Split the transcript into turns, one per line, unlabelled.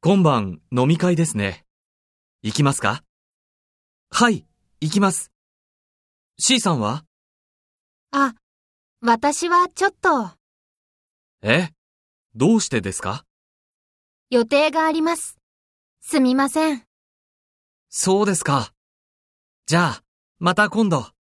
今晩飲み会ですね。行きますかはい、行きます。C さんは
あ、私はちょっと
えどうしてですか
予定があります。すみません。
そうですか。じゃあ、また今度。